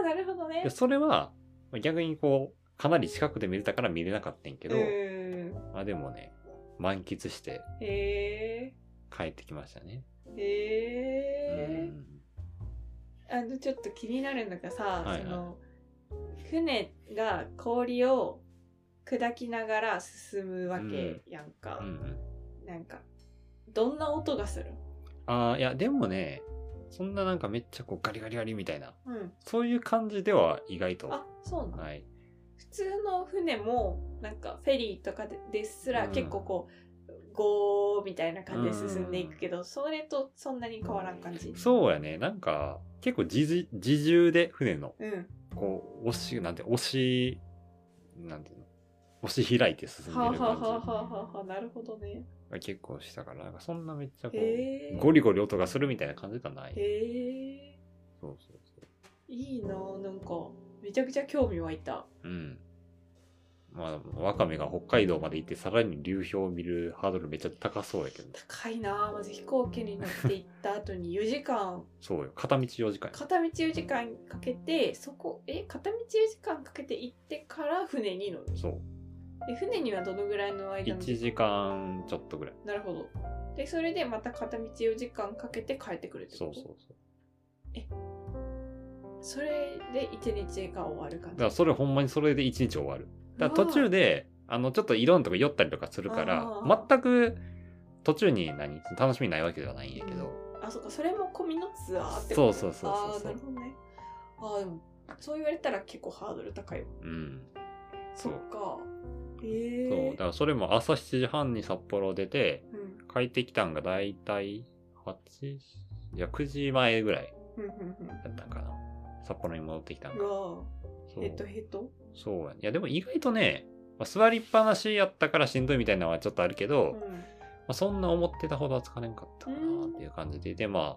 [SPEAKER 3] あなるほどね
[SPEAKER 2] でそれはまあ逆にこうかなり近くで見れたから見れなかったんやけど、
[SPEAKER 3] うん
[SPEAKER 2] まあでもね満喫して
[SPEAKER 3] へえ
[SPEAKER 2] 帰ってきましたね、
[SPEAKER 3] へえ
[SPEAKER 2] うん
[SPEAKER 3] あのちょっと気になるのがさ、
[SPEAKER 2] はいはい
[SPEAKER 3] その船が氷を砕きながら進むわけやんか
[SPEAKER 2] う、んうん
[SPEAKER 3] なんかどんな音がする
[SPEAKER 2] ああ、いや、でもね、そんななんかめっちゃこうガリガリガリみたいな、
[SPEAKER 3] うん。
[SPEAKER 2] そういう感じでは意外と。
[SPEAKER 3] あ、そうなの。
[SPEAKER 2] はい。
[SPEAKER 3] 普通の船も、なんかフェリーとかでですら
[SPEAKER 2] うん
[SPEAKER 3] 結構こう、ゴーみたいな感じで進んでいくけど、それとそんなに変わらん感じ。
[SPEAKER 2] そうやね、なんか、結構自じ自重で船の、
[SPEAKER 3] うん。
[SPEAKER 2] こう、押し、なんて、押し、なんていうの、押し開いて進ん
[SPEAKER 3] はあ、
[SPEAKER 2] で
[SPEAKER 3] は
[SPEAKER 2] る
[SPEAKER 3] あはあ
[SPEAKER 2] 感
[SPEAKER 3] はあはあはあ、なるほどね。
[SPEAKER 2] じが結構したから、なんかそんなめっちゃこう、
[SPEAKER 3] へえ。
[SPEAKER 2] ゴリゴリ音がするみたいな感じではない。
[SPEAKER 3] へえ。
[SPEAKER 2] そうそうそう。
[SPEAKER 3] いいなぁなんか、めちゃくちゃ興味湧いた。
[SPEAKER 2] うん。まあ、ワカメが北海道まで行って、さらに流氷を見るハードルめっちゃ高そうやけど、
[SPEAKER 3] 高いなぁまず飛行機に乗って行った後に4時間
[SPEAKER 2] そうよ。片道4時間や。
[SPEAKER 3] 片道4時間かけてそこえ片道4時間かけて行ってから船に乗る
[SPEAKER 2] そう。
[SPEAKER 3] で船にはどのぐらいの間の
[SPEAKER 2] 1時間ちょっとぐらい。
[SPEAKER 3] なるほどでそれでまた片道4時間かけて帰ってくるって
[SPEAKER 2] そ
[SPEAKER 3] こ
[SPEAKER 2] う
[SPEAKER 3] と
[SPEAKER 2] そうそう。
[SPEAKER 3] それで1日が終わる
[SPEAKER 2] だ
[SPEAKER 3] 感じ
[SPEAKER 2] からそれほんまにそれで一日終わる。だから途中
[SPEAKER 3] で
[SPEAKER 2] で、あの、ちょっといろんなとか酔ったりとかするから
[SPEAKER 3] あー、
[SPEAKER 2] 全く途中に何楽しみないわけではないんやけど。
[SPEAKER 3] あそっかそれも込みのツアーって
[SPEAKER 2] そ
[SPEAKER 3] こと
[SPEAKER 2] うそうそう
[SPEAKER 3] あ
[SPEAKER 2] そうそ
[SPEAKER 3] あなる
[SPEAKER 2] う。
[SPEAKER 3] ほどねあーでもそう言われたら結構ハードル高いわ
[SPEAKER 2] うん。
[SPEAKER 3] そ
[SPEAKER 2] そう
[SPEAKER 3] っかええ
[SPEAKER 2] そう。だからそれも朝7時半に札幌出て、
[SPEAKER 3] うん
[SPEAKER 2] 帰ってきたんがだいたい8時、いや9時前ぐらい
[SPEAKER 3] うんうんうん
[SPEAKER 2] だったんかな。札幌に戻ってきたん
[SPEAKER 3] う
[SPEAKER 2] が。
[SPEAKER 3] わ
[SPEAKER 2] そ
[SPEAKER 3] ー
[SPEAKER 2] う
[SPEAKER 3] ヘトヘト
[SPEAKER 2] そうやねいやでも意外とね、まあ座りっぱなしやったからしんどいみたいなのはちょっとあるけど、
[SPEAKER 3] うん
[SPEAKER 2] まあ、そんな思ってたほどは疲れんかったかなっていう感じで、で、ま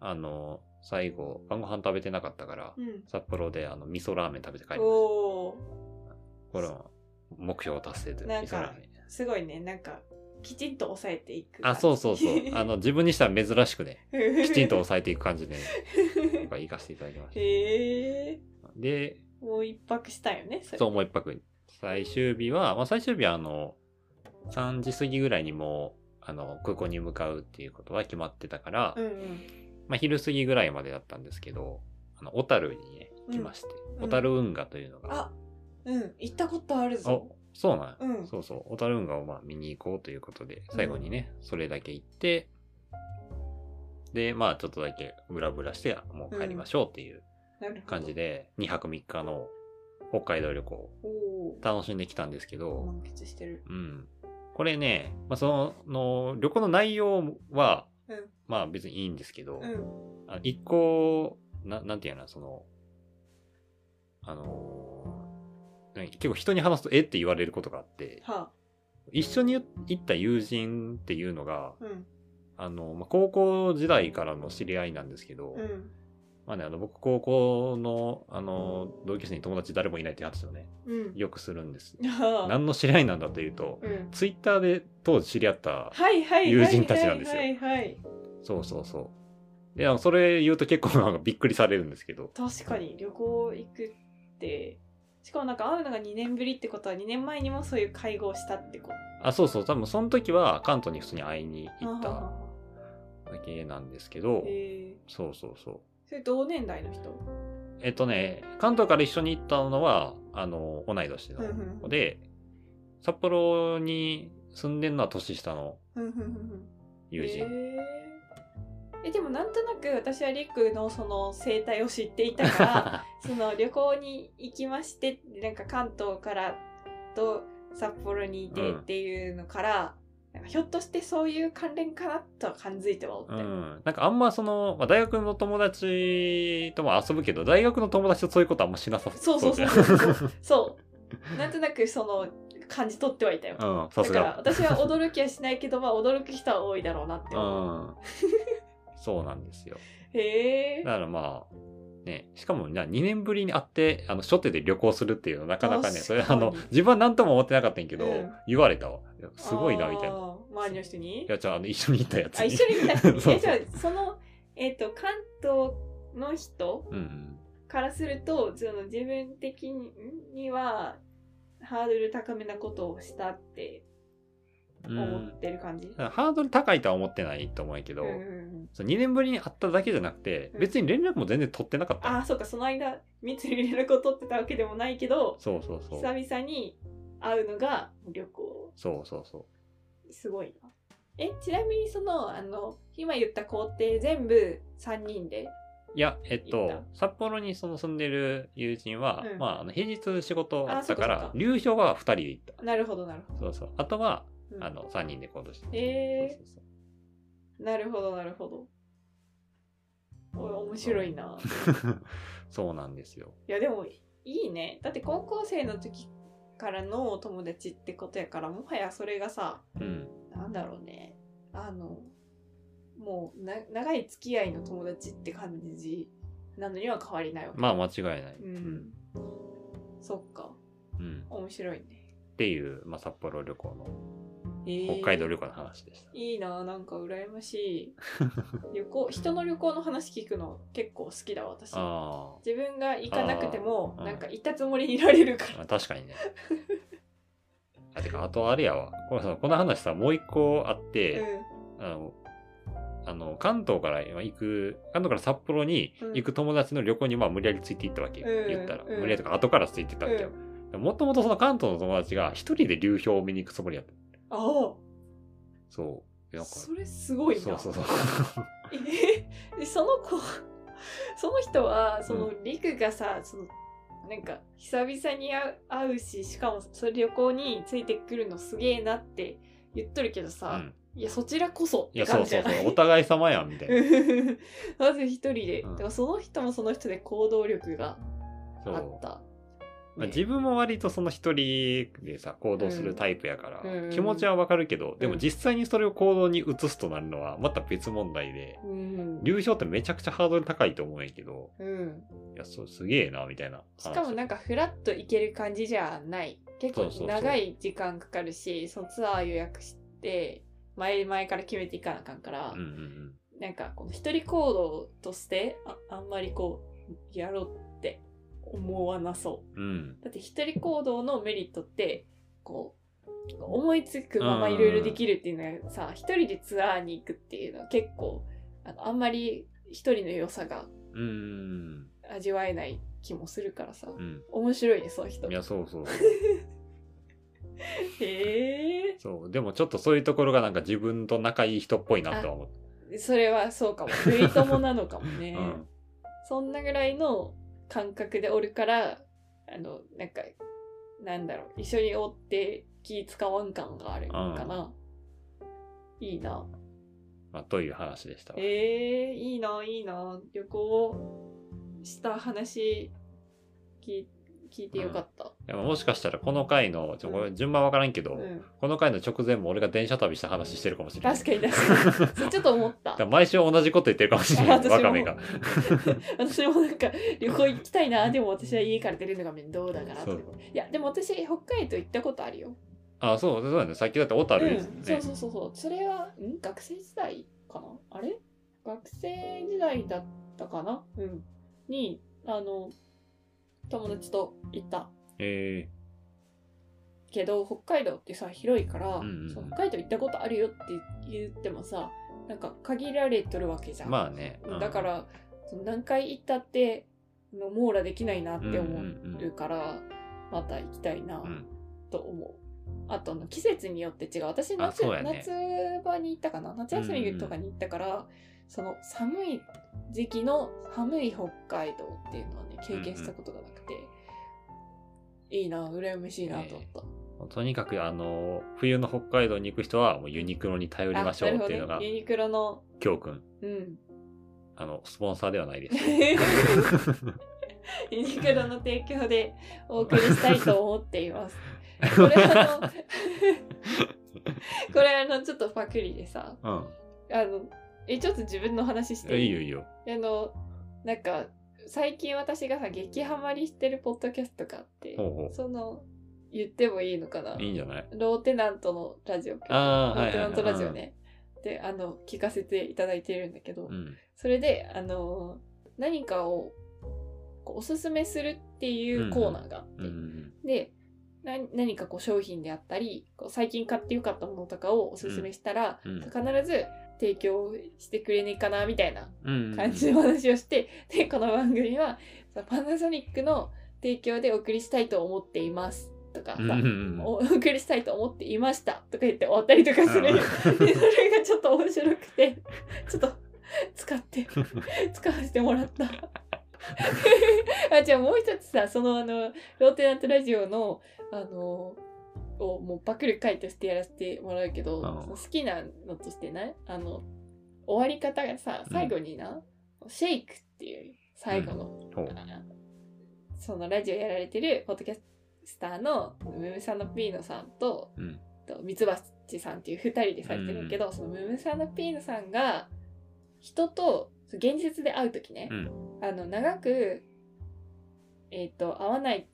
[SPEAKER 2] あ、あの、最後、晩ご飯食べてなかったから、
[SPEAKER 3] うん
[SPEAKER 2] 札幌であの味噌ラーメン食べて帰りまし
[SPEAKER 3] おお
[SPEAKER 2] た。これは目標達成という
[SPEAKER 3] なん
[SPEAKER 2] 味
[SPEAKER 3] か
[SPEAKER 2] 噌ラーメン。
[SPEAKER 3] すごいねなんかきちんと抑えていく
[SPEAKER 2] あ、そうそう
[SPEAKER 3] *laughs*
[SPEAKER 2] そう。あの、自分にしたら珍しくね、き
[SPEAKER 3] き
[SPEAKER 2] ちんと抑えていく感じで、今回行かせていただきまし
[SPEAKER 3] へえ
[SPEAKER 2] た。で、
[SPEAKER 3] もう一泊したよねそれ
[SPEAKER 2] そう、もう一泊。最終日は、まあ、最終日はあの、3時過ぎぐらいにもう、あの、空港に向かうっていうことは決まってたから、
[SPEAKER 3] うんうん
[SPEAKER 2] まあ、昼過ぎぐらいまでだったんですけど、あの、小樽にね、行きまして、
[SPEAKER 3] うん
[SPEAKER 2] 小樽運河というのが、
[SPEAKER 3] あうん行ったことあるぞ
[SPEAKER 2] おそうなんや、
[SPEAKER 3] うん
[SPEAKER 2] そうそう、小樽運河をまあ見に行こうということで、最後にね、それだけ行って、で、まあ、ちょっとだけブラブラして、もう帰りましょうっていう
[SPEAKER 3] なるほど
[SPEAKER 2] 感じで、2泊3日の北海道旅行を
[SPEAKER 3] おお
[SPEAKER 2] 楽しんできたんですけど、
[SPEAKER 3] 満喫してる
[SPEAKER 2] うん。これね、まあ、その、の旅行の内容は、
[SPEAKER 3] うん
[SPEAKER 2] まあ別にいいんですけど、
[SPEAKER 3] うん
[SPEAKER 2] あの一個、ななんていうのかな、その、あのー何結構人に話すと、えって言われることがあって、
[SPEAKER 3] は
[SPEAKER 2] 一緒に行った友人っていうのが、
[SPEAKER 3] あうん
[SPEAKER 2] あの、まあ、高校時代からの知り合いなんですけど、
[SPEAKER 3] うん
[SPEAKER 2] まあね、あの、僕高校の、あの、同級生に友達誰もいないって話をね、
[SPEAKER 3] うん
[SPEAKER 2] よくするんです。
[SPEAKER 3] はあ
[SPEAKER 2] 何の知り合いなんだというと、
[SPEAKER 3] うん
[SPEAKER 2] ツイッターで当時知り合った、
[SPEAKER 3] はいはいはい
[SPEAKER 2] 友人たちなんですよ
[SPEAKER 3] はいはいはい
[SPEAKER 2] そうそうそう。で、あのそれ言うと結構なんかびっくりされるんですけど、
[SPEAKER 3] 確かに旅行行くってしかもなんか会うのが2年ぶりってことは2年前にもそういう会合をしたってこと
[SPEAKER 2] あ、そうそう、多分その時は関東に普通に会いに行っ
[SPEAKER 3] はあは
[SPEAKER 2] た
[SPEAKER 3] あは
[SPEAKER 2] だけなんですけ
[SPEAKER 3] あ
[SPEAKER 2] ど、
[SPEAKER 3] へえ
[SPEAKER 2] そうそうそう。
[SPEAKER 3] それ同年代の人
[SPEAKER 2] えっとね、関東から一緒に行ったのは、あの、同い年の
[SPEAKER 3] うんうん
[SPEAKER 2] 子で、札幌に住んでるのは年下の
[SPEAKER 3] ふんふんふんふん
[SPEAKER 2] 友
[SPEAKER 3] へ
[SPEAKER 2] 人。
[SPEAKER 3] ええでもなんとなく私はりっくんのその生態を知っ
[SPEAKER 2] *laughs*
[SPEAKER 3] ていたからその旅行に行きましてなんか関東からと札幌にいて
[SPEAKER 2] うん
[SPEAKER 3] っていうのから、なんかひょっとしてそういう関連かなとは感づいてはおっ
[SPEAKER 2] う
[SPEAKER 3] たよ、
[SPEAKER 2] ん。なんかあんまその、まあ、大学の友達とも遊ぶけど、大学の友達とそういうことあんましなさ
[SPEAKER 3] そうそう
[SPEAKER 2] じ
[SPEAKER 3] そ
[SPEAKER 2] ゃ
[SPEAKER 3] うんそうそうそうなんとなくその感じ取ってはいた
[SPEAKER 2] *laughs*
[SPEAKER 3] よ、
[SPEAKER 2] うん、さ
[SPEAKER 3] だ
[SPEAKER 2] す
[SPEAKER 3] から
[SPEAKER 2] が。
[SPEAKER 3] 私は驚きはしないけどまあ驚く人は多いだろうなって
[SPEAKER 2] う
[SPEAKER 3] 思う、
[SPEAKER 2] ん。そうなんですよ。
[SPEAKER 3] へえ
[SPEAKER 2] だからまあ、ね、しかもな2年ぶりに会って、あの、初手で旅行するっていうのはなかなかね、それ
[SPEAKER 3] 確か
[SPEAKER 2] あ
[SPEAKER 3] に
[SPEAKER 2] の、自分は何とも思ってなかったんやけど、
[SPEAKER 3] うん
[SPEAKER 2] 言われたわ。いやすごいな、みたいな。い
[SPEAKER 3] な周りの人に
[SPEAKER 2] や、じゃあ、あの、一緒に行ったやつ
[SPEAKER 3] あ一緒に見
[SPEAKER 2] *laughs*
[SPEAKER 3] た
[SPEAKER 2] そうそう
[SPEAKER 3] えじゃあその、えっと関東の人
[SPEAKER 2] うんうん。
[SPEAKER 3] からするとその自分的ににはハードル高めなことをしたって思ってる感じ、
[SPEAKER 2] うんハードル高いとは思ってないと思うんやけ
[SPEAKER 3] う
[SPEAKER 2] ど、
[SPEAKER 3] んうんうん、
[SPEAKER 2] そう2年ぶりに会っただけじゃなくて、
[SPEAKER 3] うん
[SPEAKER 2] 別に連絡も全然取ってなかった。
[SPEAKER 3] ああそうかその間密に連絡を取ってたわけでもないけど
[SPEAKER 2] そうそうそう。
[SPEAKER 3] 久々に会うのが旅行
[SPEAKER 2] そうそうそ
[SPEAKER 3] すごいな
[SPEAKER 2] う。
[SPEAKER 3] えちなみにそのあの今言った工程全部3人で
[SPEAKER 2] いや、えっ
[SPEAKER 3] 行っ
[SPEAKER 2] と、札幌にその住んでる友人は、
[SPEAKER 3] うん
[SPEAKER 2] まあ、あの平日仕事あったか
[SPEAKER 3] あそっ
[SPEAKER 2] ら
[SPEAKER 3] かそっ、か
[SPEAKER 2] 流氷は2人で行った。
[SPEAKER 3] なるほどなるほ
[SPEAKER 2] そうそう。あとは、
[SPEAKER 3] ど、うん
[SPEAKER 2] あの、3人で行動して。
[SPEAKER 3] へー
[SPEAKER 2] そうそう
[SPEAKER 3] なるほどなるほどおい面白いな
[SPEAKER 2] そう *laughs* そうなんですよ。
[SPEAKER 3] いやでもいいねだって高校生の時からのお友達ってことやからもはやそれがさ
[SPEAKER 2] うん。
[SPEAKER 3] なんだろうねあのもうな長い付き合いの友達って感じなのには変わりないわけ
[SPEAKER 2] まあ、間違いない。
[SPEAKER 3] うんそっか
[SPEAKER 2] うん
[SPEAKER 3] 面白いね
[SPEAKER 2] っていう、まあ、札幌旅行の、
[SPEAKER 3] えー
[SPEAKER 2] 北海道旅行の話でした。
[SPEAKER 3] いいななんか羨ましい旅
[SPEAKER 2] *laughs*
[SPEAKER 3] 行人の旅行の話聞くの結構好きだわ私
[SPEAKER 2] あ
[SPEAKER 3] 自分が行かなくても
[SPEAKER 2] あー
[SPEAKER 3] なんか行ったつもりにいられるか
[SPEAKER 2] ーあ、確かにね。 *laughs* あ、てか、あとあれやわ。このさこの話さ、もう一個あっ
[SPEAKER 3] ら、
[SPEAKER 2] て、あの、あの関東から今行く関東から札幌に行く友達の旅行にまあ無理やりついていったわけ、
[SPEAKER 3] うん
[SPEAKER 2] 言ったら、
[SPEAKER 3] うん
[SPEAKER 2] 無理やりとか後からついてったわけよ、もともとその関東の友達が一人で流氷を見に行くつもりやった
[SPEAKER 3] あ
[SPEAKER 2] そう
[SPEAKER 3] あ
[SPEAKER 2] なんか
[SPEAKER 3] それすごいな
[SPEAKER 2] そうそうそう
[SPEAKER 3] えその子 *laughs* その人はそのリクがさそのなんか久々に会う会うししかもそれ旅行についてくるのすげえなって言っとるけど
[SPEAKER 2] う
[SPEAKER 3] さ、
[SPEAKER 2] ん
[SPEAKER 3] いやそちらこそっ
[SPEAKER 2] い
[SPEAKER 3] て
[SPEAKER 2] やそ
[SPEAKER 3] 感
[SPEAKER 2] う
[SPEAKER 3] じじ
[SPEAKER 2] そ
[SPEAKER 3] ゃ
[SPEAKER 2] う
[SPEAKER 3] ない
[SPEAKER 2] そうお互い様やんみたいな
[SPEAKER 3] うん *laughs* まず一人で、
[SPEAKER 2] うん
[SPEAKER 3] でもその人もその人で行動力が
[SPEAKER 2] そう
[SPEAKER 3] あった、
[SPEAKER 2] まあ、
[SPEAKER 3] ね
[SPEAKER 2] 自分も割とその一人でさ行動するタイプやから、
[SPEAKER 3] うん
[SPEAKER 2] 気持ちはわかるけど、で
[SPEAKER 3] う
[SPEAKER 2] も
[SPEAKER 3] ん
[SPEAKER 2] 実際にそれを行動に移すとなるのはまた別問題で
[SPEAKER 3] うん
[SPEAKER 2] 流氷ってめちゃくちゃハードル高いと思うんやけど
[SPEAKER 3] うん、
[SPEAKER 2] いやそうすげえなみたいな
[SPEAKER 3] しかもなんかフラッと行ける感じじゃない結
[SPEAKER 2] そうそうそ
[SPEAKER 3] 構
[SPEAKER 2] う
[SPEAKER 3] 長い時間かかるしそのツアー予約して前々から決めていかなあかんから、
[SPEAKER 2] うんうんうん
[SPEAKER 3] なんかこの一人行動としてああんまりこうやろうって思わなそ
[SPEAKER 2] う
[SPEAKER 3] う
[SPEAKER 2] ん。
[SPEAKER 3] だって一人行動のメリットってこう思いつくままいろいろできるっていうのはさ一人でツアーに行くっていうのは結構あのあんまり一人の良さが
[SPEAKER 2] うん。
[SPEAKER 3] 味わえない気もするからさ
[SPEAKER 2] うん。
[SPEAKER 3] 面白いねそういう人
[SPEAKER 2] い
[SPEAKER 3] へ
[SPEAKER 2] や、そうそう。
[SPEAKER 3] え
[SPEAKER 2] そう。でもちょっとそういうところがなんか自分と仲いい人っぽいなとは思っ
[SPEAKER 3] それはそうかも頼朝なのかも
[SPEAKER 2] て。
[SPEAKER 3] ね、
[SPEAKER 2] *laughs* うん。
[SPEAKER 3] そんなぐらいの感覚でおるからあのなんかなんだろう一緒におって気使わん感があるかな、いいな
[SPEAKER 2] まあ、という話でしたわ。
[SPEAKER 3] えー、いいな、いいな。旅行した話聞い聞いてよかった。
[SPEAKER 2] でももしかしたらこの回の、ちょ
[SPEAKER 3] うん
[SPEAKER 2] これ順番わからんけど、
[SPEAKER 3] うん、
[SPEAKER 2] この回の直前も俺が電車旅した話してるかもしれない。
[SPEAKER 3] 確か
[SPEAKER 2] *laughs*
[SPEAKER 3] に確かに。それちょっと思っ
[SPEAKER 2] だ
[SPEAKER 3] た
[SPEAKER 2] から。毎週同じこと言ってるかもしれな
[SPEAKER 3] あ
[SPEAKER 2] い。
[SPEAKER 3] *laughs* 私も
[SPEAKER 2] わかめが。
[SPEAKER 3] 私もなんか旅行行きたいな、でも私は家から出るのが面倒だから
[SPEAKER 2] そ
[SPEAKER 3] と
[SPEAKER 2] う
[SPEAKER 3] か。いや、でも私、北海道行ったことあるよ。
[SPEAKER 2] あ、そう、そうだね。さっきだって小樽
[SPEAKER 3] う
[SPEAKER 2] で
[SPEAKER 3] ん
[SPEAKER 2] すね。、
[SPEAKER 3] そうそうそうそう。それは、ん学生時代かなあれ学生時代だったかなうん。に、あの、友達と行った。
[SPEAKER 2] え
[SPEAKER 3] けど北海道ってさ広いから、
[SPEAKER 2] んうんうん
[SPEAKER 3] その北海道行ったことあるよって言ってもさなんか限られとるわけじ
[SPEAKER 2] え
[SPEAKER 3] ゃん、
[SPEAKER 2] まあね。うん
[SPEAKER 3] だか、らその何回行ったっての網羅できないなって
[SPEAKER 2] う
[SPEAKER 3] 思
[SPEAKER 2] んうんうん
[SPEAKER 3] うから、また行きたいな
[SPEAKER 2] うん。
[SPEAKER 3] と思う、あとあの季節によって違う私
[SPEAKER 2] あ
[SPEAKER 3] 夏,、
[SPEAKER 2] そうやね
[SPEAKER 3] 夏場に行ったかな夏休みとかに行ったから、その寒い時期の寒い北海道っていうのはね経験したことがなくて、いいな羨ましいなと思った。
[SPEAKER 2] とにかく、あの、冬の北海道に行く人は、もうユニクロに頼りましょうっていうの
[SPEAKER 3] あなるほど
[SPEAKER 2] が
[SPEAKER 3] ね、ユニクロの、
[SPEAKER 2] 教訓。 *laughs*
[SPEAKER 3] うん。
[SPEAKER 2] あの、スポンサーではないです。
[SPEAKER 3] ユニクロの提供でお送りしたいと思ってい
[SPEAKER 2] *laughs*
[SPEAKER 3] ます。これあの、 *laughs* これあの、ちょっとパクリでさ、
[SPEAKER 2] *laughs* う
[SPEAKER 3] あの、え、ちょっと自分の話し
[SPEAKER 2] ん。
[SPEAKER 3] て
[SPEAKER 2] いいよいいよ。
[SPEAKER 3] あの、なんか、最近私がさ、激ハマりしてるポッドキャストがあって、
[SPEAKER 2] ほうほ
[SPEAKER 3] その、言ってもいいのかな。
[SPEAKER 2] う。いいんじゃない
[SPEAKER 3] ローテナントのラジオ。ロ
[SPEAKER 2] ああ、は
[SPEAKER 3] ー
[SPEAKER 2] い
[SPEAKER 3] テ
[SPEAKER 2] はいは
[SPEAKER 3] ナ
[SPEAKER 2] い。
[SPEAKER 3] ントラジオね。で、あの、聞かせていただいているんだけど、
[SPEAKER 2] うん。
[SPEAKER 3] それで、あのー何かをこうおすすめするっていうコーナーがあって、
[SPEAKER 2] うん。うん。
[SPEAKER 3] でな何かこう商品であったりこう最近買ってよかったものとかをおすすめしたら、
[SPEAKER 2] うんうん
[SPEAKER 3] 必ず提供してくれねえかなみたいな
[SPEAKER 2] うんうん
[SPEAKER 3] 感じの話をして、でこの番組はそのパナソニックの提供でお送りしたいと思っていますとかさ、
[SPEAKER 2] うんうんうん
[SPEAKER 3] お送りしたいと思っていましたとか言って終わったりとかする、
[SPEAKER 2] うん
[SPEAKER 3] でそれがちょっと面白くてちょっと使って使わせてもらった *laughs* あじゃあもう一つさそのあのローテナントラジオのあのをもうパクる回としてやらせてもらうけ
[SPEAKER 2] う
[SPEAKER 3] ど、
[SPEAKER 2] ん
[SPEAKER 3] その好きなのとしてなあの終わり方がさ最後にな、シェイクっていう最後の、
[SPEAKER 2] ほう
[SPEAKER 3] そのラジオやられてるポッドキャスターのムムサノピーノさんと,、
[SPEAKER 2] うん
[SPEAKER 3] とミツバチさんっていう2人でされてるけど、そのムムサノピーノさんが人と現実で会う時ね、
[SPEAKER 2] うん
[SPEAKER 3] あの長く、えー、と会わない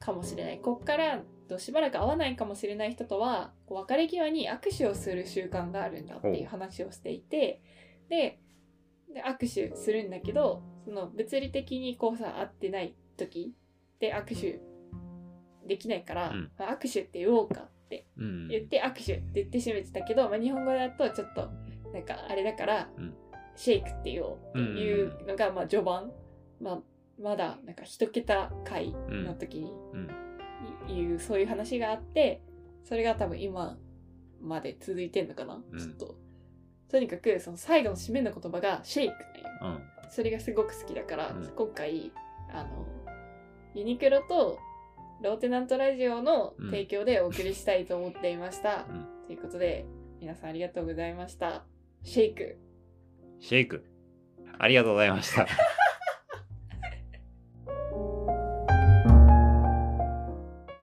[SPEAKER 3] かもしれないこっからとしばらく会わないかもしれない人とはこう別れ際に握手をする習慣があるんだっていう話をしていてでで握手するんだけどその物理的にこうさ会ってない時で握手できないから、
[SPEAKER 2] うん
[SPEAKER 3] まあ握手って言おうかって
[SPEAKER 2] うん
[SPEAKER 3] 言って握手って言って締めてたけど、まあ、日本語だとちょっとなんかあれだから、
[SPEAKER 2] うん
[SPEAKER 3] シェイクって言おうっていうのがまあ序盤、まあ、まだなんか一桁回の時に
[SPEAKER 2] うん
[SPEAKER 3] 言うそういう話があってそれが多分今まで続いてんのかな、
[SPEAKER 2] うん
[SPEAKER 3] ちょっととにかくその最後の締めの言葉がシェイクなんよ
[SPEAKER 2] うん
[SPEAKER 3] それがすごく好きだから、
[SPEAKER 2] うん
[SPEAKER 3] 今回あのユニクロとローテナントラジオの提供でお送りしたいと思っていました。
[SPEAKER 2] うん
[SPEAKER 3] ということで皆さんありがとうございました。シェイク
[SPEAKER 2] シェイクありがとうございました